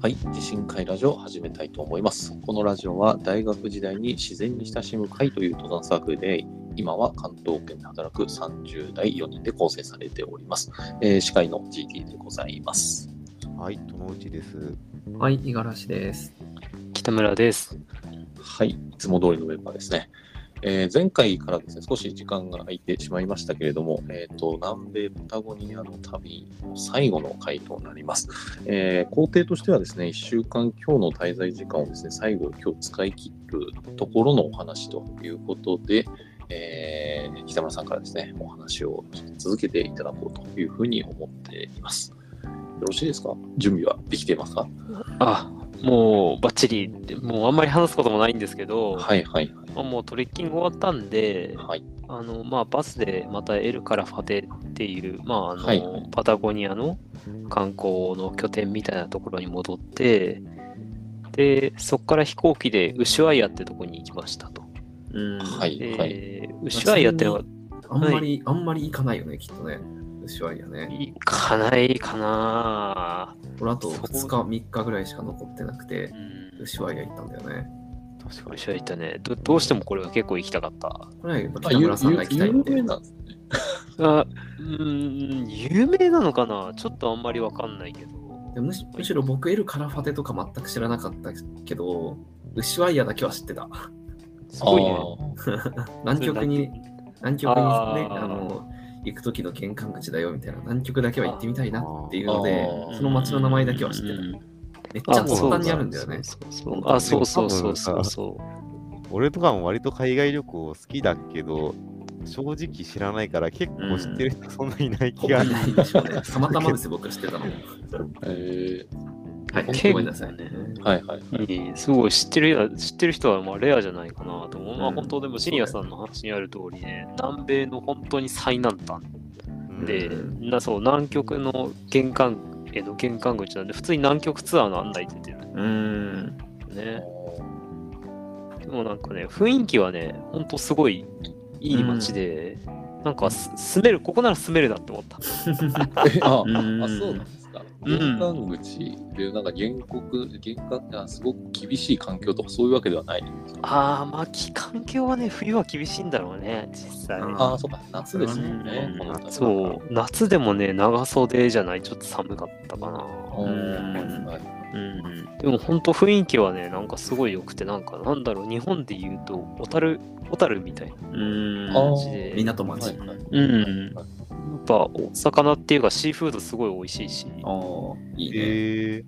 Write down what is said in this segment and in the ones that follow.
はい、地震会ラジオを始めたいと思います。このラジオは大学時代に自然に親しむ会という登山サークルで、今は関東圏で働く30代4人で構成されております。えー司会の GT でございます。はい、とのうちです。はい、五十嵐です。北村です。はい、いつも通りのメンバーですね。えー前回からですね、少し時間が空いてしまいましたけれども、えー、と南米パタゴニアの旅の最後の回となります。えー工程としてはですね、1週間今日の滞在時間をですね、最後、今日使い切るところのお話ということで、えー北村さんからですね、お話を続けていただこうというふうに思っています。よろしいですか準備はできていますかあ、もうバッチリ、もうあんまり話すこともないんですけど、はいはいまあもうトレッキング終わったんで、はい。はい。あのまあ、バスでまたエルカラファテっていう、まああのはいパタゴニアの観光の拠点みたいなところに戻って、でそこから飛行機でウシュアイアってとこに行きましたと。うん。は。いはい。でウシュアイアってのはあんまり、あんまり行かないよね、きっとね。シュワイヤね。行かないかな、俺あとそこ2日、3日ぐらいしか残ってなくてう、ん、ウシシュワイヤ行ったんだよね。確かュアイア行ったねど。どうしてもこれは結構行きたかった。これはやっぱあ北村さんが行きたいん有有有名で。なんですね。あうーん、有名なのかなちょっとあんまりわかんないけど。でむしむしろ僕、エルカラファテとか全く知らなかったけど、シュワイヤだけは知ってた。すごいね。南極に、南極にね、あーあの、行く時の玄関口だよみたいな、南極だけは行ってみたいなっていうので、あーその街の名前だけは知ってたうんめっちゃ簡単にあるんだよね。そうそうそうあ、そうそうそうそうそう。俺とかも割と海外旅行好きだけど、正直知らないから結構知ってる人そんなにいないほ気ぼがいないでしょうね。たまたまですよ、僕は知ってたの。えはい、結構ごめんなさい。ねー、はいはい。いいすごい知ってるや知ってる人はまあレアじゃないかなと思う。まうあん本当でもシニアさんの話にある通りね、南米の本当に最南端で、うなそう南極の玄関への玄関口なんで、普通に南極ツアーの案内出てるんだうーん。よね。でもなんかね、雰囲気はね、ほんとすごいいい街で、なんかす住める、ここなら住めるなって思った。え あう、んあ、そうなんですか。うん玄関口で、なんか原告、玄関がすごく厳しい環境とかそういうわけではない。ああ、まあ、期間境はね、冬は厳しいんだろうね、実際。うんああ、そうか、夏ですもんねうん。この辺りそう、夏でもね、長袖じゃない、ちょっと寒かったかな。あーはいはいうん。でもほんと雰囲気はね、なんかすごい良くて、なんかなんだろう、日本で言うと、小樽、小樽みたいな。うん。あ街でー港町はいはいうんはいやっぱお魚っていうか、シーフードすごい美味しいし。ああ、いいね。え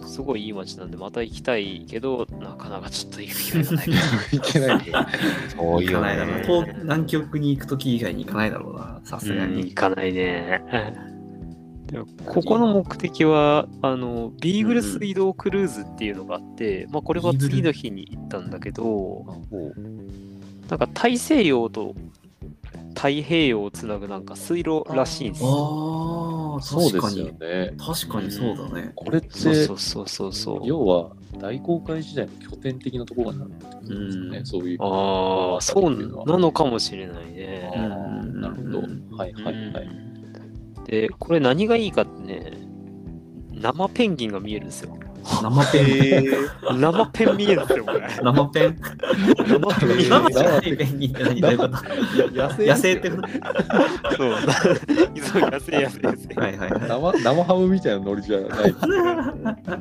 ー、すごいいい街なんで、また行きたいけど、なかなかちょっと行く機会が ないか行けないんな。そうい行よかないだろうねな。。東南極に行くとき以外に行かないだろうな、さすがうんに行。かないね。 でもここの目的は、あの、ビーグルス移動クルーズっていうのがあって、まあこれは次の日に行ったんだけど、なんか大西洋と太平洋をつなぐなんか水路らしいんですよ。ああ、そう確でかすよに。ね。確かにそうだね。これっそうてそう、そうそうそう。要は大航海時代の拠点的なところがなってくるんですかうね。んそういう。ああ、そうなのかもしれないあね。ーなるほうど。んはいはいはい。で、これ何がいいかってね、生ペンギンが見えるんですよ。生ペン。生ペン見えるんですよ、これ。生ペン。生生ペン。生じゃないペンギンって何どういうこと野生ってこと そう。そう、安い安い安い。はいはい はい。生生ハムみたいなノリじゃない。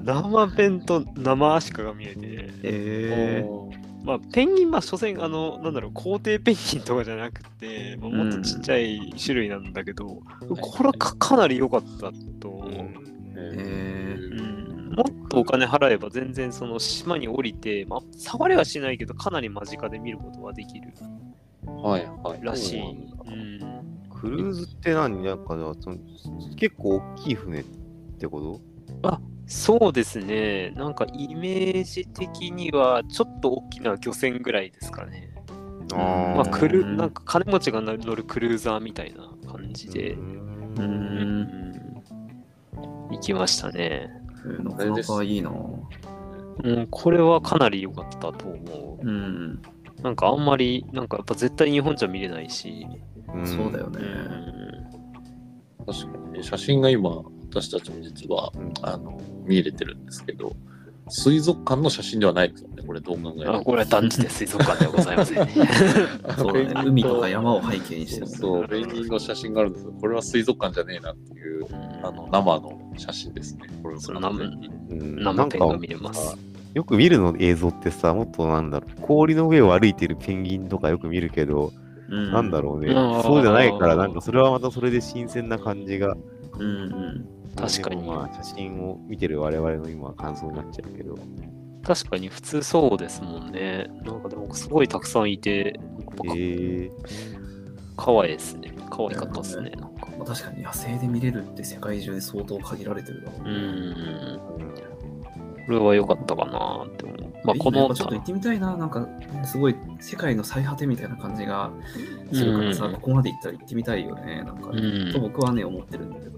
生ペンと生アシカが見えて、えーおーまあ、ペンギン、まあ、所詮、あの、なんだろう、皇帝ペンギンとかじゃなくて、まあ、もっとちっちゃい種類なんだけど、これはかかなり良かったと思う。えうんもっとお金払えば全然その島に降りて、まあ、触れはしないけどかなり間近で見ることはできるはいはい。らしい。クルーズって何なんかその結構大きい船ってことそうですね、なんかイメージ的にはちょっと大きな漁船ぐらいですかね。うんまあ、クルうんなんか金持ちが乗るクルーザーみたいな感じで、ううんん行きましたね。うんなかなかいいな。うん、これはかなり良かったと思うん。う。なんかあんまり、なんかやっぱ絶対日本じゃ見れないし。そうだよねう。ん確かにね、写真が今、私たちも実は、あの見入れてるんですけど、水族館の写真ではないですよね、これ、どう考えてあも。これは団地で水族館ではございません、そうね海とか山を背景にしそてるうそう、ペンギンの写真があるんですけど、これは水族館じゃねえなっていう、あの生の写真ですね。これその完生全にうんな生んペかンが見れます。よく見るの映像ってさ、もっとなんだろう、氷の上を歩いてるペンギンとかよく見るけど、なんだろうね、うんそうじゃないから、なんかそれはまたそれで新鮮な感じが、うんうん確かにでもまあ、写真を見てる我々の今、感想になっちゃうけど、確かに普通そうですもんね。なんかでもすごいたくさんいて、なんかえー、かかわいいですね。かわいかったですね。なんかまあ、確かに野生で見れるって世界中で相当限られてるだろううーん。これは良かったかなって思う。まいあ、いねこの、やっぱちょっと行ってみたいな、なんかすごい世界の最果てみたいな感じがするからさ、うんここまで行ったら行ってみたいよね、なんか、うんと僕はね、思ってるんだけどね。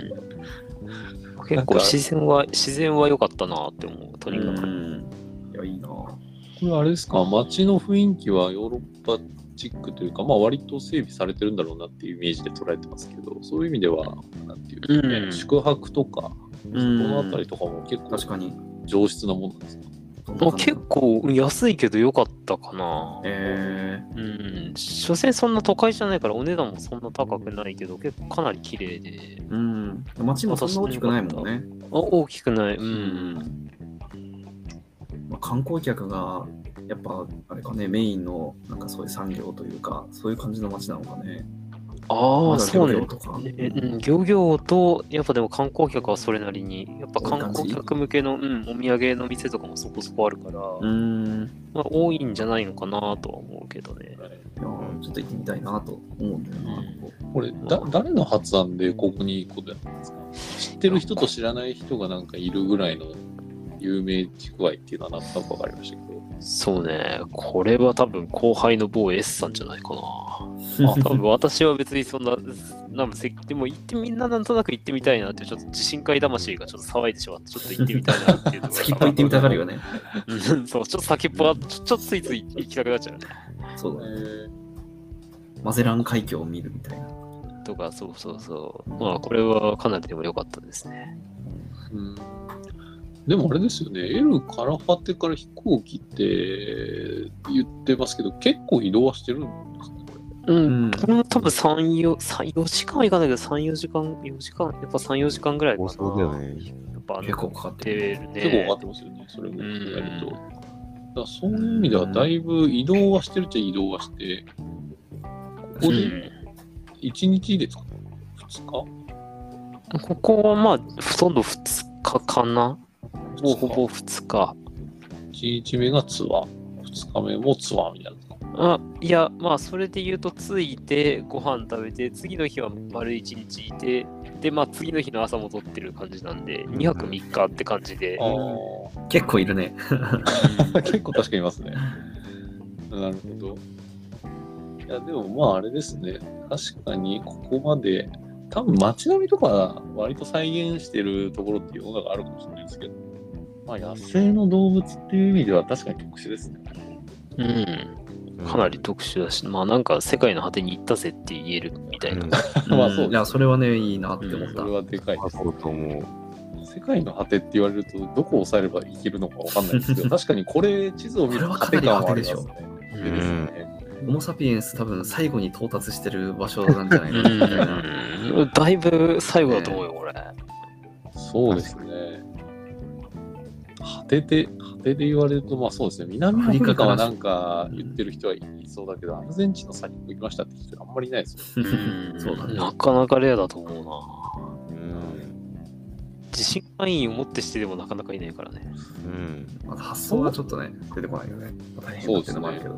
うん結構自然は、自然は良かったなって思う。とにかく。いや、いいなぁ。これあれですか、街の雰囲気はヨーロッパチックというか、まあ割と整備されてるんだろうなっていうイメージで捉えてますけど、そういう意味では、なんていうんですかね、うん宿泊とか、そのあたりとかも結構確かに。上質なものですか。どんなまあ感じ結構安いけど良かったかな。えうん。所詮そんな都会じゃないからお値段もそんな高くないけど、結構かなり綺麗で。ー、うん。街もそんな大きくないもんね。あ大きくない。う。うんまあ、観光客が、やっぱ、あれかね、メインの、なんかそういう産業というか、そういう感じの街なのかね。あまだあ、そう漁ね業。とか。えうん、漁業と、やっぱでも観光客はそれなりに、やっぱ観光客向けの、うん、お土産の店とかもそこそこあるから、うん。まあ、多いんじゃないのかなとは思うけどね。いやーちょっと行ってみたいなと思うんだよな、こここれだ、誰の発案でここに行くことやったんですか知ってる人と知らない人がなんかいるぐらいの有名地区愛っていうのはなんとなくわかりましたけど。そうね、これは多分後輩の某 S さんじゃないか な。まあ、多分私は別にそんな、なんかせでも行ってみんななんとなく行ってみたいなって、ちょっと自信会魂がちょっと騒いでしまって、ちょっと行ってみたいなって いうのが。先っぽ行ってみたがるよね。うんそう、ちょっと先っぽは、ちょちょっとついつい行きたくなっちゃうね。そうだね。えマゼラン海峡を見るみたいな。とか、そうそうそう。まあ、これはかなりでも良かったですね。うんでもあれですよね、エル・カラファテから飛行機って言ってますけど、結構移動はしてるんですね、これ。うん。んこれも多分3、4、3 4時間はいかないけど、3、4時間、4時間、やっぱ3、4時間ぐらいか放な。送だよね。やっぱあの結構かかっ出てる。るね。結構上がってますよね、それも含めると。うだんからそういう意味では、だいぶ移動はしてるっちゃ移動はして、ここうでん1日ですか、2日ここはまあ、ほとんど2日かな。もうほぼ2日。 ?1 日目がツアー、2日目もツアーみたいな。あいや、まあ、それで言うと、着いて、ご飯食べて、次の日は丸1日いて、で、まあ、次の日の朝も撮ってる感じなんで、2泊3日って感じで。あ結構いるね。ー 結構確かにいますね。なるほど。いや、でもまああれですね。確かにここまで、多分街並みとか割と再現してるところって世の中あるかもしれないですけど、まあ野生の動物っていう意味では確かに特殊ですね。うん。かなり特殊だし、まあなんか世界の果てに行ったぜって言えるみたいな。まあそうですねいや、それはね、いいなって思っそた。れはでかいまあですそ。うと思う。世界の果てって言われると、どこを抑えればいけるのかわかんないですけ ど、確かにこれ地図を見ると果て感はありますね。うでんすんね。ホモ・サピエンス多分最後に到達してる場所なんじゃないのみたいな。うんだいぶ最後だと思うよ、これ。そうですね。果てて、果てで言われると、まあそうですね、南アフリカはなんか言ってる人はいそうだけど、アルゼンチンの先っぽ行きましたって人あんまりいないですよ。 そうだね。なかなかレアだと思うな。うん。自信範囲を持ってしてでもなかなかいないからね。うん。まだ発想がちょっとね、出てこないよね。大変だっていうのもあるけど。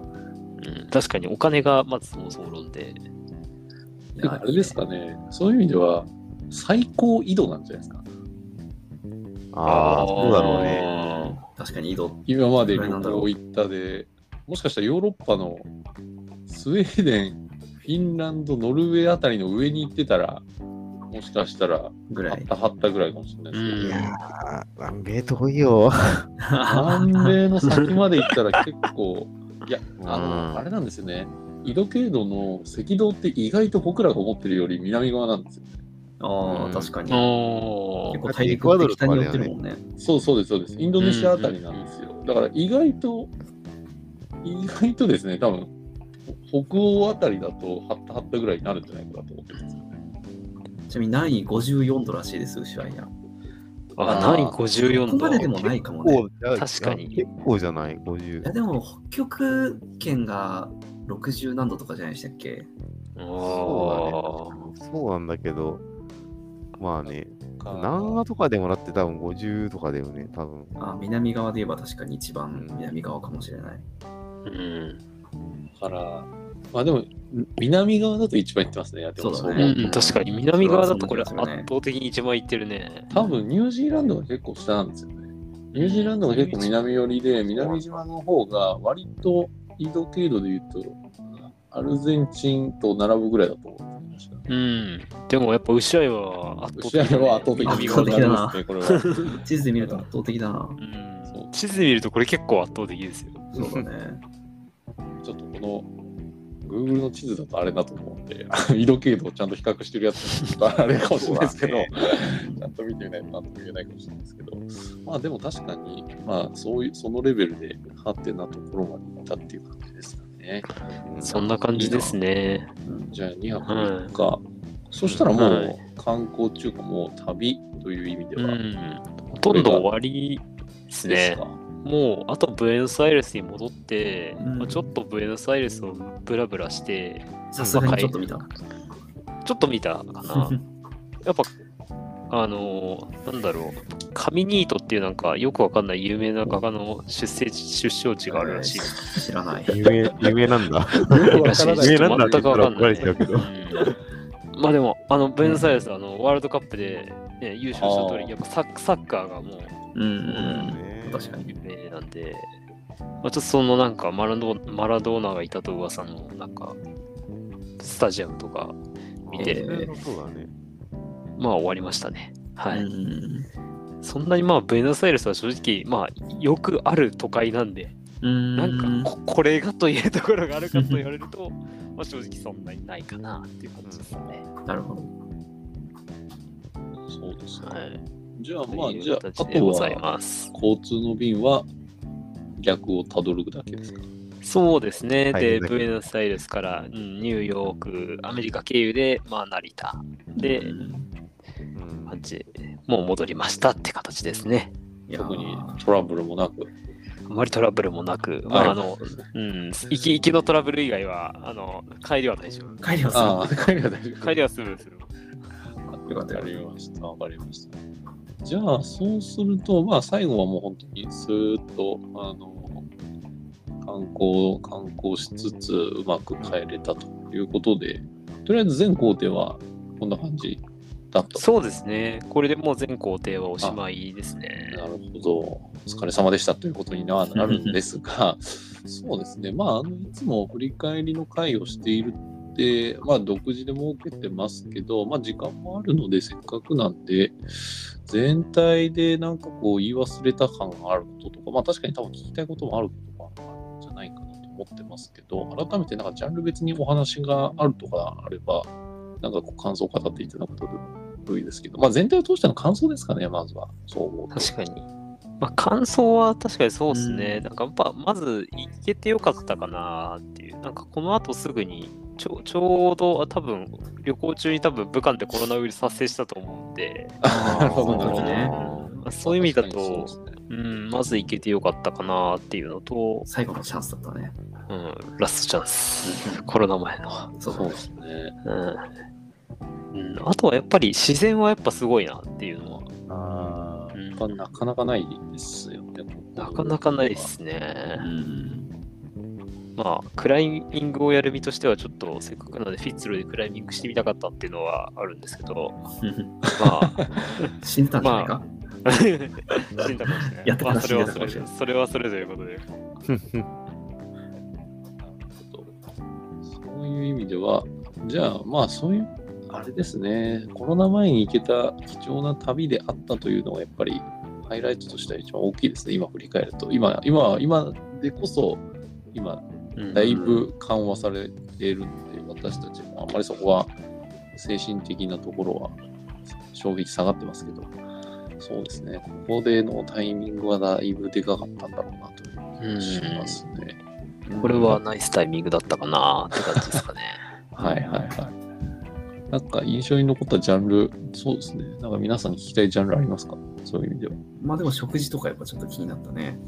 うん、確かにお金がまずそもそも論で。いでやもあれですかね、そういう意味では、最高緯度なんじゃないですか。ああ、そうだろうね。ね。確かに移動。今まで旅行行ったで、もしかしたらヨーロッパのスウェーデン、フィンランド、ノルウェーあたりの上に行ってたら、もしかしたら、ぐはらっい。たはったぐらいかもしれないですけど。うんいやー、南米遠いよ。 南米の先まで行ったら結構、いや、あうの、んあれなんですよね。緯度経度の赤道って意外と僕らが思ってるより南側なんですよ。ああ、うん確かに。お結ー構大陸って北に寄ってるもんね。そうそうです、そうです。インドネシアあたりなんですよ。だから意外と、意外とですね、多分北欧あたりだと、ハッタハッタぐらいになるんじゃないかなと思ってますよね。ちなみに何位54度らしいです、ウシュアイナ。あ、あー何ここ54までで度。もないかもね。こうじゃあ確かに結構じゃない、い50や。でも北極圏が60何度とかじゃないでしたっけそうあだね。そうなんだけど、まあね、南アとかでもらって多分50とかだよね、多分。あ南側で言えば確かに一番南側かもしれない。ーうんだから、まあでも、南側だと一番行ってますね。いやでもそうだうねんうん、確かに南側だとこれそ圧うなんですよね倒的に一番いってるね。多分ニュージーランドが結構下なんですよね。ニュージーランドが結構南寄りで、南島の方が割と緯度経度で言うと、アルゼンチンと並ぶぐらいだと思ってました。うん。でもやっぱ牛合いは圧倒試的だね合は圧倒的だにね南側になり圧ますね、これは。地図で見ると圧倒的だな。うんそう地図で見るとこれ結構圧倒的ですよ。そうだね。ちょっとこの Google の地図だとあれだと思うんで、 緯度経度をちゃんと比較してるやつちょっとあれかもしれないですけど、ちゃんと見てみないとなんとも言えないかもしれないですけど、まあでも確かに、まあそういう、そのレベルでハテなところまで行ったっていう感じですかね。そんな感じですね。うんじゃあ2泊3日、そしたらもはうい観光中かもう旅という意味でうはん。ほとんど終わりですですね。か、もうあとブエノスアイレスに戻って、うんまあちょっとブエノスアイレスをブラブラして、さすがにちょっと見た。ちょっと見たか な。やっぱ、あのーなんだろう、カミニートっていうなんかよくわかんない有名な画家の出生地、出生地があるらしい。知らない。有名有名なんだ。 らしい。有名なんだって言っ全くたわらかん怒らないれちゃうけど。うんまあでも、あの、ブエノスアイレス、あの、ワールドカップで、ね、優勝した通り、やっぱサッサッカーがもううんね確かに有名なんで、まあ、ちょっとそのなんかマラドマラドーナがいたと噂のなんか、スタジアムとか、見てそれもそうだね。まあ終わりましたね。はい。うん。うんそんなにまあ、ブエノスアイレスは正直、まあ、よくある都会なんで、うん。なんかこ、これがというところがあるかと言われると、 まあ正直そんなにないかなっていう感じですね。なるほど。そうですね。はい。じゃあまとあ、いじゃあ、うあ形でとございはます。交通の便は逆をたどるだけですかそうですね。はいで、はいブエノスアイレスからうんニューヨーク、アメリカ経由で、まあ、成田、でうんうん感じ、もう戻りましたって形ですね。いやー特にトラブルもなく。あまりトラブルもなく、まあ、あの、うん、行き行きのトラブル以外は、あの、帰りは大丈夫。帰りはあさ、あ、帰りは大丈夫。帰りはすぐする。よかったわよか。りました。わかりました。じゃあ、そうすると、まあ、最後はもう本当にスーッと、あの、観光、観光しつつ、うまく帰れたということで、とりあえず全行程はこんな感じだったと。そうですね。これでもう全工程はおしまいですね。なるほど。お疲れ様でしたということにはなるんです が、そうですね。まあ、あのいつも振り返りの会をしているって、まあ、独自で設けてますけど、まあ、時間もあるので、せっかくなんで、全体でなんかこう、言い忘れた感があることとか、まあ、確かに多分聞きたいこともあることもあるんじゃないかなと思ってますけど、改めてなんかジャンル別にお話があるとかあれば、なんかこう、感想を語っていただくと良いですけど、まあ、全体を通しての感想ですかね、まずは。そう思うと。確かに。まあ、感想は確かにそうですね。なんかやっぱまず行けてよかったかなっていう。なんかこの後すぐにちょちょうどあ多分旅行中に多分武漢でコロナウイルス発生したと思うんで、なるほどなるほどねまあそういう意味だと、そうですねうん、まず行けてよかったかなっていうのと、最後のチャンスだったね。うん、ラストチャンス。コロナ前の。そうそだうねで。すね。うんうん、あとはやっぱり自然はやっぱすごいなっていうのはあーやっぱなかなかないですよね。なかなかないで。すねう。ん。まあクライミングをやる身としてはちょっとせっかくなのでフィッツローでクライミングしてみたかったっていうのはあるんですけどま あ死んでたんじゃないか、死んだかもしれない。やってたまらあそれは死んでたかそれもしれなでそれはそれということで。そういう意味では、じゃあまあそういう、あれですね、コロナ前に行けた貴重な旅であったというのがやっぱりハイライトとしては一番大きいですね、今振り返ると。今、今、今でこそ、今、うんだいぶ緩和されているっていう私たちもあんまりそこは精神的なところは衝撃下がってますけど、そうですね、ここでのタイミングはだいぶでかかったんだろうなという気がしますね。これはナイスタイミングだったかなって感じですかね。はいはいはい。なんか印象に残ったジャンル、そうですね、なんか皆さんに聞きたいジャンルありますかそういう意味では。まあでも食事とかやっぱちょっと気になったね。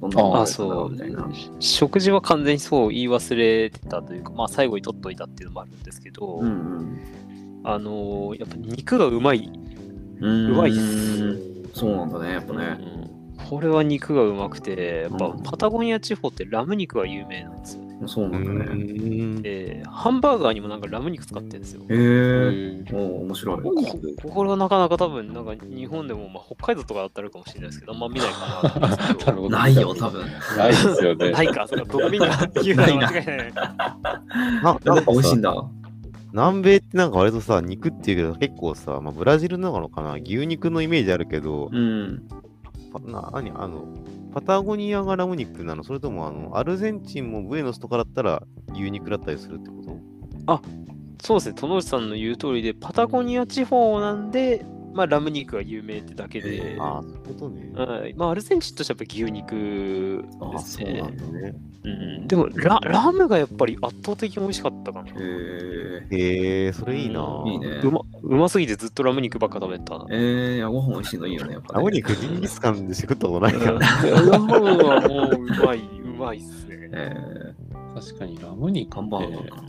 どんあなーああそうみたいな。食事は完全にそう言い忘れてたというか、まあ最後に取っといたっていうのもあるんですけど、うんあのーやっぱ肉がうまい、うん。うまいっうんす。そうなんだね、やっぱうね。んこれは肉がうまくて、やっぱうんパタゴニア地方ってラム肉が有名なんですよね。そうなんだね。で、ハンバーガーにもなんかラム肉使ってるんですよ。へええ。おお、面白い。ここれはなかなか多分、なんか日本でも、まあ、北海道とかだったらあるかもしれないですけど、あんま見ないかなと思うんですけど。ないよ、多分。ないですよね。ないか、そっか、国民が言うのは間違いない。なななんんかか美味しいさんだ。南米ってなんか割とさ、肉っていうけど結構さ、まあ、ブラジルなのかな、牛肉のイメージあるけど、うん。パな何あのパタゴニアがラム肉なのそれともあのアルゼンチンもブエノスとかだったら牛肉だったりするってことそうですね、殿内さんの言う通りで、パタゴニア地方なんで、まあ、ラム肉が有名ってだけえでー、ああ、そういうことね。はいまあ、アルゼンチンとしてはやっぱ牛肉あであ、すそうねな。んだね。うんでもラ、ラムがやっぱり圧倒的に美味しかったかな。へえ。へえ、それいいな。いいねうまうますぎてずっとラム肉ばっか食べてたな。えー、いやご飯美味しいのいいよね、やっぱ、ラね。ム肉ジンギスカンで食ったことないから。うんラムはもううまい、うまいっすね。え確かにラム肉ー、ハンバーガーかな。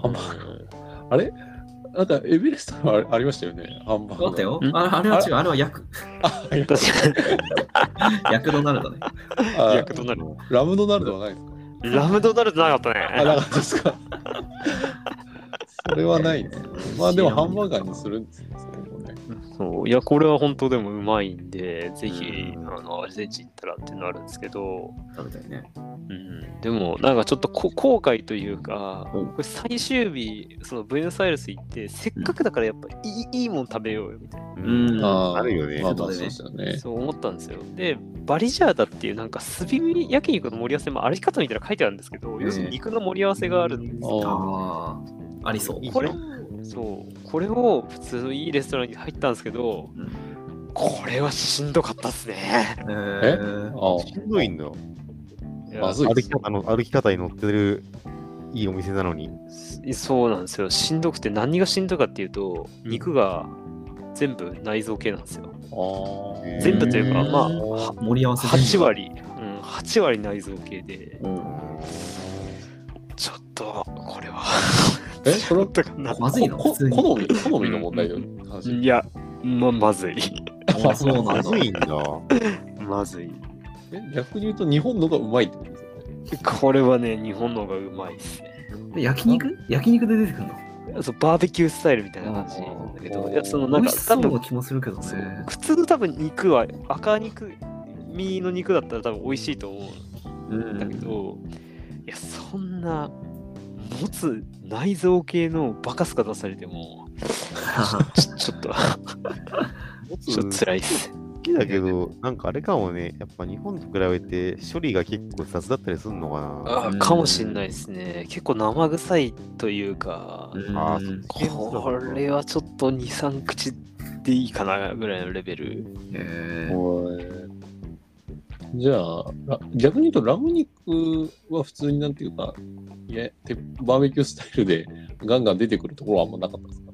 ハンバーガー。あれなんかエベレストのあれありましたよね、ハンバーガー。あったよう。んあれあれは違う、あれはヤク。あ。ありまし確かヤクドナルドね。たに、あヤクドナルド。ラムドナルドはないですかラムドナルドなかったあ、ね。なかったですかそれは ないですね。まあでもハンバーガーにするんですよ、それもね。そういやこれは本当でもうまいんでぜひうんあのアルゼンチン行ったらってなるんですけど、食べたいね。うん、でもなんかちょっとこ後悔というか、うんこれ最終日そのブエノスアイレス行ってせっかくだからやっぱりいい,、いいもん食べようよみたいな、うんあーあるよねまあまあそうですよね。そう思ったんですよでバリジャーダっていうなんか炭火焼肉の盛り合わせも歩き方見たら書いてあるんですけど、ええ要するに肉の盛り合わせがあるんですよあああ、ありそう。これそうこれを普通のいいレストランに入ったんですけど、うんこれはしんどかったっすね。えー、あしんどいんだ。いやまずい歩き方の歩き方に乗ってるいいお店なのに。そうなんですよ。しんどくて、何がしんどいかっていうと、肉が全部内臓系なんですよ。あー全部というか、うんまあ、は盛り合わせ8。割、うん、8割内臓系で、うん。ちょっと、これは、え、それはとかな。まずいのこ普通に好み、好みの問題の話。いや、ま、まずい。あそうなんまだ。ずいんだ。 まずい。え逆に言うと日本のがうまいってことですよね。これはね、日本の方がうまいですね。焼肉焼肉で出てくるのそうバーベキュースタイルみたいな感じなんだけうど、んいや、その美なん味か、しそ多う分な気もするけどそうね。普通の多分肉は赤肉身の肉だったら多分美味しいと思うんだけど、いやそんな持つ内臓系のバカスカ出されてもちょちょっとちょっと辛いっす好きだけど、なんかあれかもね、やっぱ日本と比べて処理が結構雑だったりするのかな。あーかもしんないですね結構生臭いというか、うんあこれはちょっと23口でいいかなぐらいのレベルえーおーじゃあ、ら逆に言うとラム肉は普通になんていうか、いやてバーベキュースタイルでガンガン出てくるところはあんまなかったですか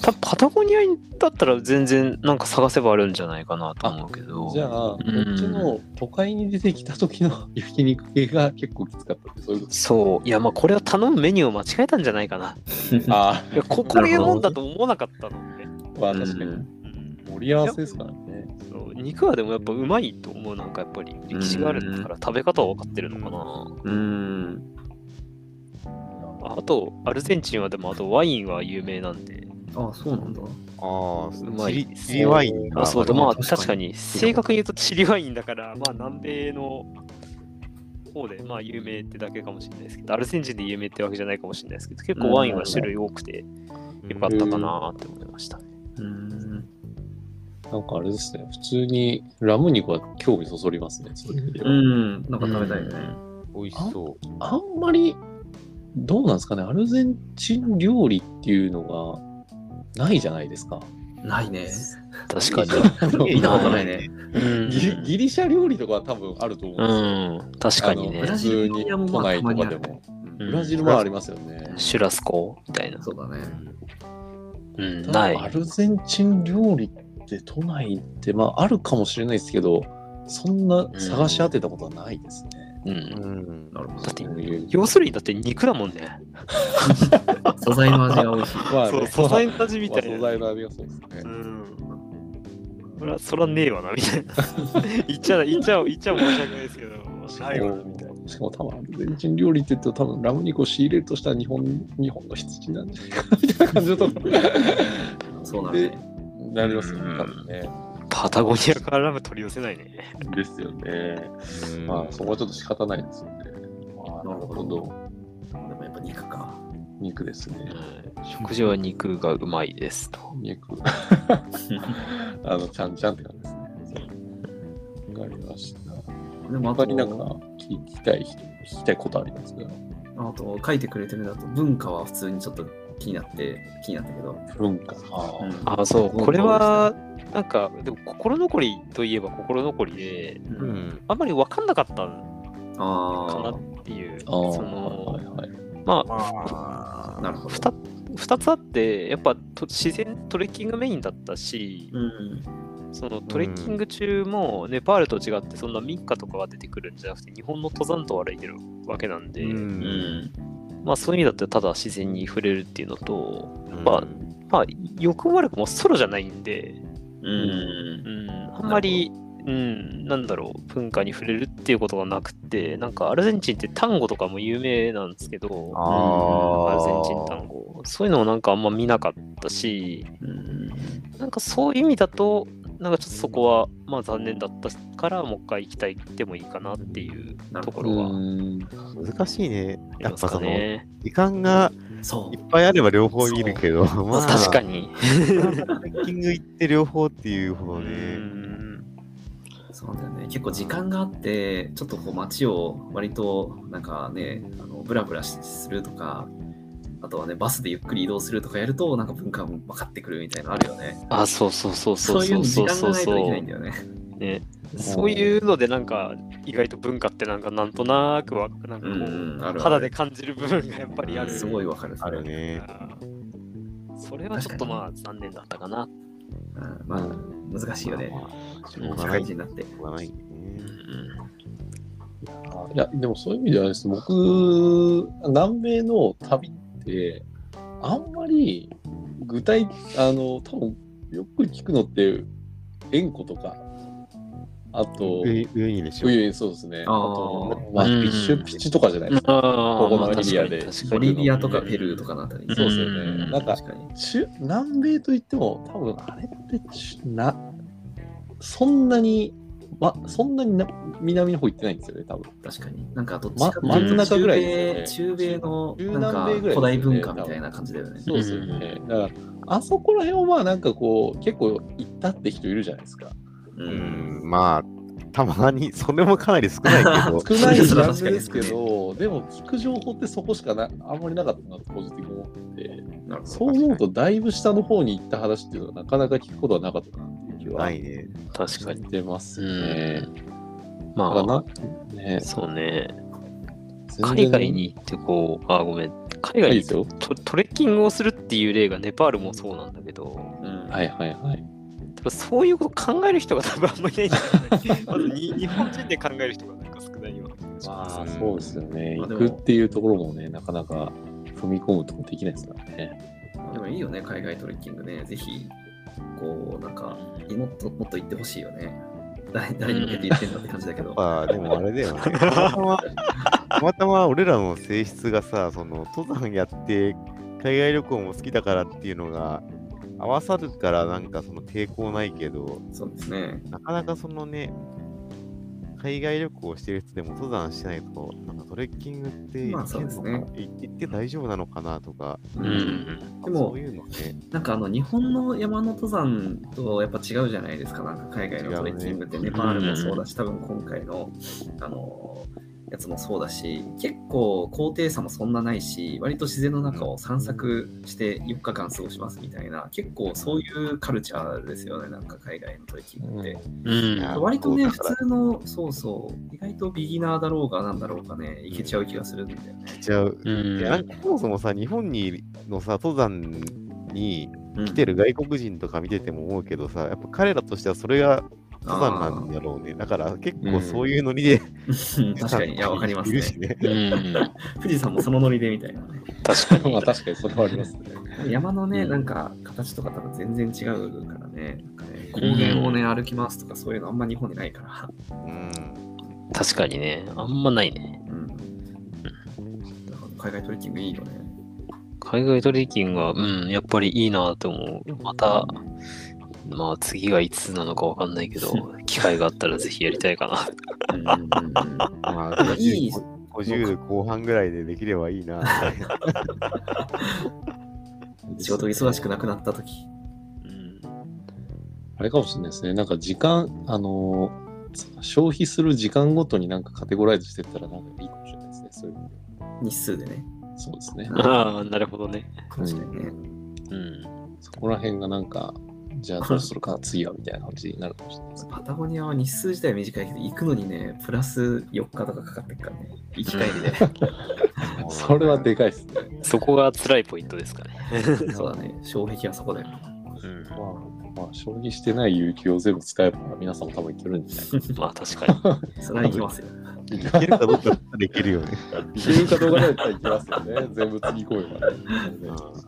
多分パタゴニアだったら全然なんか探せばあるんじゃないかなと思うけどじゃあ、こっちの都会に出てきた時の焼肉系が結構きつかったって、そういうこそう、いやまあこれは頼むメニューを間違えたんじゃないかな。と。あいやここなういるうほどもんだと思わなかったので、あ、まあ確かうに。んうん盛り合わせですからね。そう肉はでもやっぱうまいと思う、なんかやっぱり歴史があるんだから食べ方は分かってるのかうん。な。あと、アルゼンチンはでもあとワインは有名なんで、あ、そうなんだ。あうあ、まチいリチリワインあそうだ、なるまほあど確確かかに正確に言うとチリワインだから、まあ南米の方でまあ有名ってだけかもしれないですけど、アルゼンチンで有名ってわけじゃないかもしれないですけど、結構ワインは種類多くてよかったかなって思いました。うん。なんかあれですね、普通にラム肉は興味そそりますね、そういう意味ではうん。なんか食べたいよね。美味しそう。あんまり、どうなんですかね、アルゼンチン料理っていうのがないじゃないですか。ないね。確かに。見たことないね。うんギリギリシャ料理とかは多分あると思うんですよ。うん、確かにあのね普。通に都内とかでも。うんブラジルはありますよね。シュラスコみたいな。そうだね。うん、ただない。アルゼンチン料理って都内って、まあ、あるかもしれないですけど、そんな探し当てたことはないですね。うん。うんなるほだってそういう要するにだって肉だもんね。ど。素材の味が美味しい。まあそう、ね素材の味みたいまあ素材な。の味がそうですね。うん。そら、そらねえわな、みたい な。言っちゃう、言っちゃう、言っちゃう申し訳ないですけど。ないわな、みたいな。しかも多分アルゼンチン料理って言うと多分ラム肉を仕入れるとしたら日本日本の羊なんじゃないかみたいな感じのところそうなるでね。なりますよね、多分ね。パタゴニアからラム取り寄せないね。ですよね。うんまあそこはちょっと仕方ないですよね。まあ、ななるるほほど。でもやっぱ肉か。肉ですね。食事は肉がうまいですと。肉。 あの、ちゃんちゃんって感じですね。わかりました。でもあ他とになんか聞きたい人、聞きたいことありますかあと書いてくれてるんだと文化は普通にちょっと気になって気になったけど、文化。あうあんあ、そう、これは、なんか、でも心残りといえば心残りで、ううんんあんまり分かんなかったんかなあっていう、そああ、のは、いはい。まあ、あなるほど 2, 二つあって、やっぱと自然トレッキングメインだったし、うんそのトレッキング中もネパールと違ってそんな民家とかが出てくるんじゃなくて日本の登山道を歩いてるわけなんで、ううんんまあそういう意味だったらただ自然に触れるっていうのとままあ欲も悪くもソロじゃないんで、うんうん、あんまりうん、なんだろう文化に触れるっていうことがなくてなんかアルゼンチンって単語とかも有名なんですけどあアあルゼンチン単語そういうのもなんかあんま見なかったしうんなんかそういう意味だと、なんかちょっとそこは、まあ残念だったから、もう一回行きたいでもいいかなっていうなるとほこうろはん。難しいねありやっぱますかそのね。時間がどそいっぱいあれば両方いるけど、ままあ、あ、確かに。トレッキング行って両方っていうほどうね。んうそうだよね結構時間があってちょっとこう街を割となんかねあのブラブラするとかあとはねバスでゆっくり移動するとかやるとなんか文化も分かってくるみたいなのあるよねあ、そうそうそうそそうういうそのう時そう間そがうないといけなそいんう。だよねね、そういうので、なんか意外と文化ってなんかなんとなくわなんかうこんう、うんあるあ肌るで感じる部分がやっぱりある。すごいわかるあるね。うんそれはちょっとまあ残念だったかな。うんまあ難しいよねまあしょうが社ない。会し人になってょうがないね。いや、でもそういう意味ではです、僕、南米の旅って、あんまり具体、あの、多分よく聞くのって、塩湖とか、あと、上上にでしょ。冬そうですね。ああーと、マッピッシュピチとかじゃないですか。こここのエリアで確かボに。リビアとかペルーとかのあたりそうですよね。うんなんか、確かに中南米といっても多分あれって中なそんなに、ま、そんなにな南の方行ってないんですよね多分確かに。なんかどっまちか真ん中ぐらいですよ中米ね中米中の南なんか米ぐらいですよね古代文化みたいな感じだよね。そうですよねだからあそこら辺をまあなんかこう結構行ったって人いるじゃないですか。う。うんん、まあ、たまに、それもかなり少ないけど 少ないジそれはャン確ルかにですけどでも聞く情報ってそこしかなあんまりなかったなって個人的に思ってなるほそう思うとだいぶ下の方に行った話っていうのはなかなか聞くことはなかったなっていう気はないね。確かしに。てますうねん。だからまなねあ、そうね。全然海外に行ってこう、あ、ごめん。海外いいでにすよトトレッキングをするっていう例がネパールもそうなんだけど、ど。うん。はいはいはい多分そういうこと考える人が多分あんまりいないんじ ゃないまずに日本人で考える人がなんか少ないような気がしま。ますあうんそうですよね、まあ行でもくっていうところもね、なかなか踏み込むとこできないですからね。でもいいよね、海外トレッキングね。ぜひ、こう、なんか、もっともっと行ってほしいよね。誰誰に向けて言ってんだって感じだけやどっ。ぱ、でもあれだよね。たまたま、たまたま俺らの性質がさ、その、登山やって、海外旅行も好きだからっていうのが、合わさるからなんかその抵抗ないけど、そうですね。なかなかそのね、海外旅行をしてる人でも登山してないと、なんかトレッキングってま行あけんのかそなうい行って大丈夫なのかなとか、う。うんん。でもそういうのね、なんかあの、日本の山の登山とやっぱ違うじゃないですか。なんか海外のトレッキングって、違うネねパールもそうだし、多分今回の、あの、やつもそうだし結構高低差もそんなないし割と自然の中を散策して4日間過ごしますみたいな結構そういうカルチャーですよねなんか海外のトレッキングって、うんなるほど割とねだ普から通のそうそう意外とビギナーだろうがなんだろうがねいけちゃう気がするんだよねちゃう。うんいやなんかそもそもさ、日本にのさ、登山にうん来てる外国人とか見てても思うけどさ、やっぱ彼らとしてはそれが登山なんだろうね。だから結構そういうノリで、うん 確かに いやわかりますいるねしね。うん、富士山もそのノリでみたいな ね確かに、 まあ、確かにそれはありますね。山のね、うんなんか形とか多分全然違うからね、なんかね高原をね、歩きますとかそういうのあんま日本にないから、うん。確かにね、あんまないね。うん。だから海外トレッキングいいよ ね。海外トレッキングは、うん、やっぱりいいなと思う。また、まあ次がいつなのかわかんないけど、 機会があったらぜひやりたいかな。うんうんうんうんまあ、いい50 50後半ぐらいでできればいい な。 仕事忙しくなくなった時うんあれかもしれないですね。なんか時間、あのー消費する時間ごとになんかカテゴライズしてったらなんかいいかもしれないですね。そういう日数でね。そうですね。ああ、なるほどね。確かにね。うん。そこら辺がなんか、じゃあどうするか、次はみたいな感じになるかもしれないですね。パタゴニアは日数自体は短いけど、行くのにね、プラス4日とかかかってるからね。行き帰りで。それはでかいですね。そこが辛いポイントですかね。そうだね。障壁はそこだよ。うんまあ、まあ、消費してない有給を全部使えば皆さんも多分いけるんじゃないかまあ確 かに。それは行きますよ。いけるかどうかだったらいけるよね。いけるかどうかだったらいきますよ ね。全部次行こうよまで。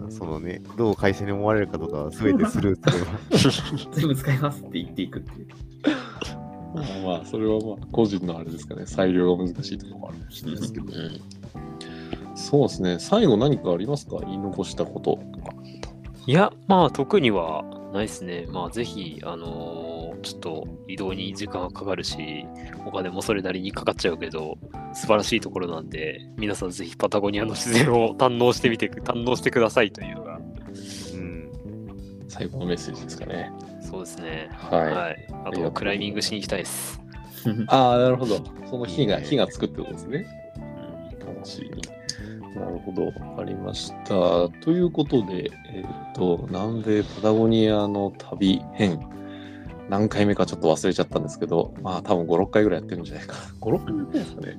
うんそのね、どう会社に思われるかとかは全てスルーすれ ば。全部使いますって言っていくっていう。まあまあ、それはまあ、個人のあれですかね。裁量が難しいところもあるかもしれないですけど。そうですね。最後何かありますか言い残したこととか。いや、まあ特にはないですね。まあぜひ、あのーちょっと移動に時間はかかるし、お金もそれなりにかかっちゃうけど、素晴らしいところなんで、皆さんぜひパタゴニアの自然を堪能してみてく、堪能してくださいというのが、うん。最後のメッセージですかね。そうですね。はい。はい。あとはクライミングしに行きたいです。ああ、なるほど。その火が、いいね火がつくってことですね。楽しいな。なるほど、わかりました。ということで、えっと、南米パタゴニアの旅編、何回目かちょっと忘れちゃったんですけど、まあ、多分5、6回ぐらいやってるんじゃないかな。5、6回ぐらいですかね。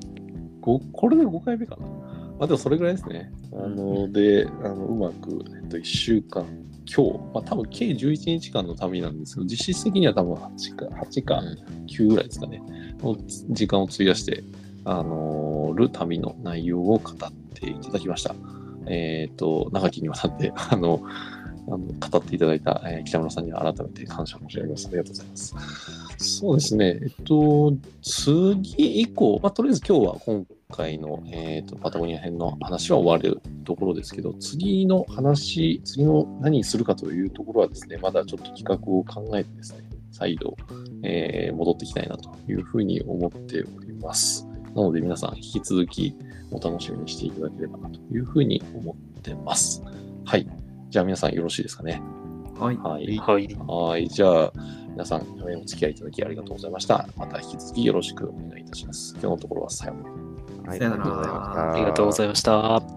ごこれで5回目かな。まあ、でもそれぐらいですね。あの、で、あのうまく、えっと、1週間、今日、まあ、多分計11日間の旅なんですけど、実質的には多分8か、8か9ぐらいですかね。の時間を費やしてあのる旅の内容を語っていただきました。えっ、と、長きにわたって、あの、あの語っていただいた、えー北村さんには改めて感謝申し上げます。ありがとうございます。そうですね、えっと、次以降、まあ、とりあえず今日は今回の、えー、とパタゴニア編の話は終わるところですけど、次の話、次の何するかというところはですね、まだちょっと企画を考えてですね、再度、えー戻っていきたいなというふうに思っております。なので皆さん引き続きお楽しみにしていただければなというふうに思ってます。はい。じゃあ皆さんよろしいですかね。はい。はい。はい。はい。じゃあ皆さんえーお付き合いいただきありがとうございました。また引き続きよろしくお願いいたします。今日のところはさようなら。はいさよならありがとうございましたありがとうございました。